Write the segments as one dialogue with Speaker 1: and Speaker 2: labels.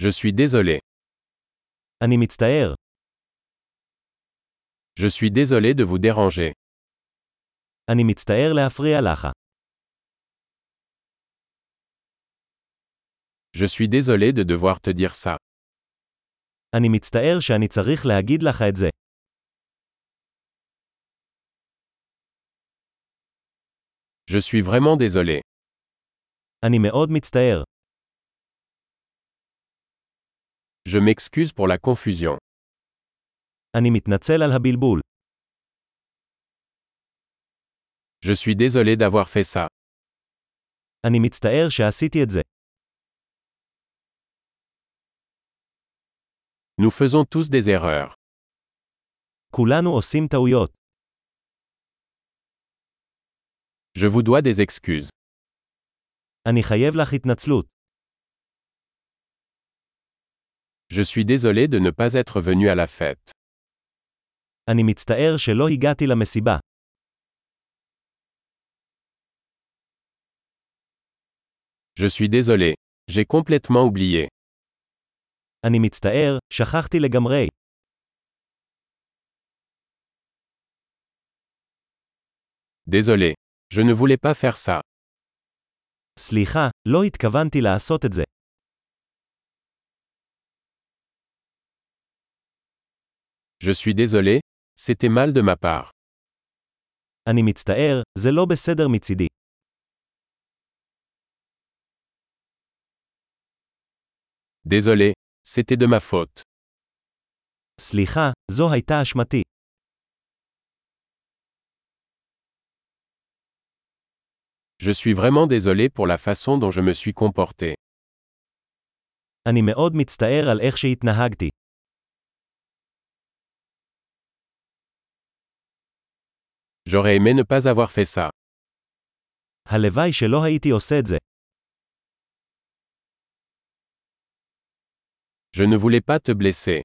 Speaker 1: Je suis désolé.
Speaker 2: אני מצטער.
Speaker 1: Je suis désolé de vous déranger.
Speaker 2: אני מצטער להפריע לך.
Speaker 1: Je suis désolé de devoir te dire ça.
Speaker 2: אני מצטער שאני צריך להגיד לך את זה.
Speaker 1: Je suis vraiment désolé.
Speaker 2: אני מאוד מצטער.
Speaker 1: Je m'excuse pour la confusion.
Speaker 2: אני מתנצל על הבלבול.
Speaker 1: Je suis désolé d'avoir fait ça.
Speaker 2: אני מצטער שעשיתי את זה.
Speaker 1: Nous faisons tous des erreurs.
Speaker 2: כולנו עושים טעויות.
Speaker 1: Je vous dois des excuses.
Speaker 2: אני חייב לך התנצלות.
Speaker 1: Je suis désolé de ne pas être venu à la fête.
Speaker 2: אני מצטער שלא הגעתי למסיבה.
Speaker 1: Je suis désolé. J'ai complètement oublié.
Speaker 2: אני מצטער, שכחתי לגמרי.
Speaker 1: Désolé. Je ne voulais pas faire ça.
Speaker 2: סליחה, לא התכוונתי לעשות את זה.
Speaker 1: Je suis désolé. C'était mal de ma part.
Speaker 2: אני מצטער, זה לא בסדר מצידי.
Speaker 1: Désolé. C'était de ma faute.
Speaker 2: סליחה, זו הייתה אשמתי.
Speaker 1: Je suis vraiment désolé pour la façon dont je me suis comporté.
Speaker 2: אני מאוד מצטער על איך שהתנהגתי.
Speaker 1: J'aurais aimé ne pas avoir fait ça.
Speaker 2: הלוואי שלא הייתי עושה את זה.
Speaker 1: Je ne voulais pas te blesser.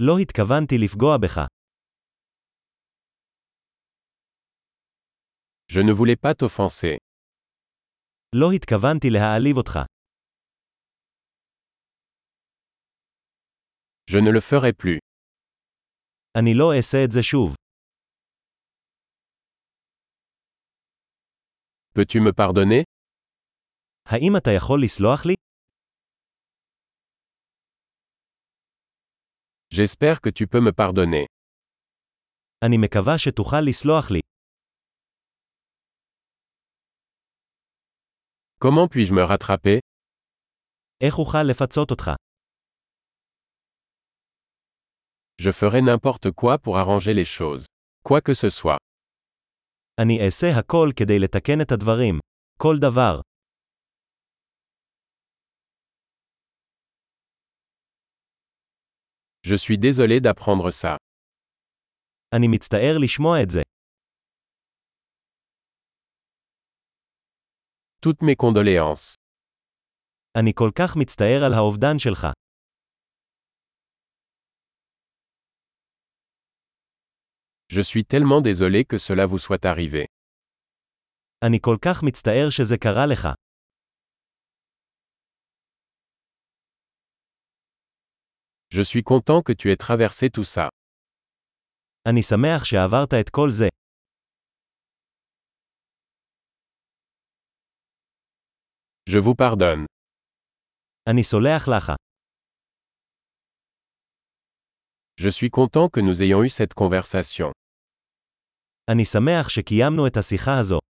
Speaker 2: לא התכוונתי לפגוע בך.
Speaker 1: Je ne voulais pas t'offenser.
Speaker 2: לא התכוונתי להעליב אותך.
Speaker 1: Je ne le ferai plus.
Speaker 2: אני לא אעשה את זה שוב.
Speaker 1: Peux-tu me pardonner
Speaker 2: האם אתה יכול לסלוח לי?
Speaker 1: J'espère que tu peux me pardonner.
Speaker 2: אני מקווה שתוכל לסלוח לי.
Speaker 1: Comment puis-je me rattraper
Speaker 2: איך אוכל לפצות אותך?
Speaker 1: Je ferai n'importe quoi pour arranger les choses. Quoi que ce soit.
Speaker 2: אני אעשה הכל כדי לתקן את הדברים. כל דבר.
Speaker 1: Je suis désolé d'apprendre ça.
Speaker 2: אני מצטער לשמוע את זה.
Speaker 1: Toutes mes condoléances.
Speaker 2: אני כל כך מצטער על האובדן שלך.
Speaker 1: Je suis tellement désolé que cela vous soit arrivé.
Speaker 2: אני כל כך מצטער שזה קרה לך.
Speaker 1: Je suis content que tu aies traversé tout ça.
Speaker 2: אני שמח שעברת את כל זה.
Speaker 1: Je vous pardonne.
Speaker 2: אני סולח לך.
Speaker 1: Je suis content que nous ayons eu cette conversation.
Speaker 2: אני שמח שקיימנו את השיחה הזו.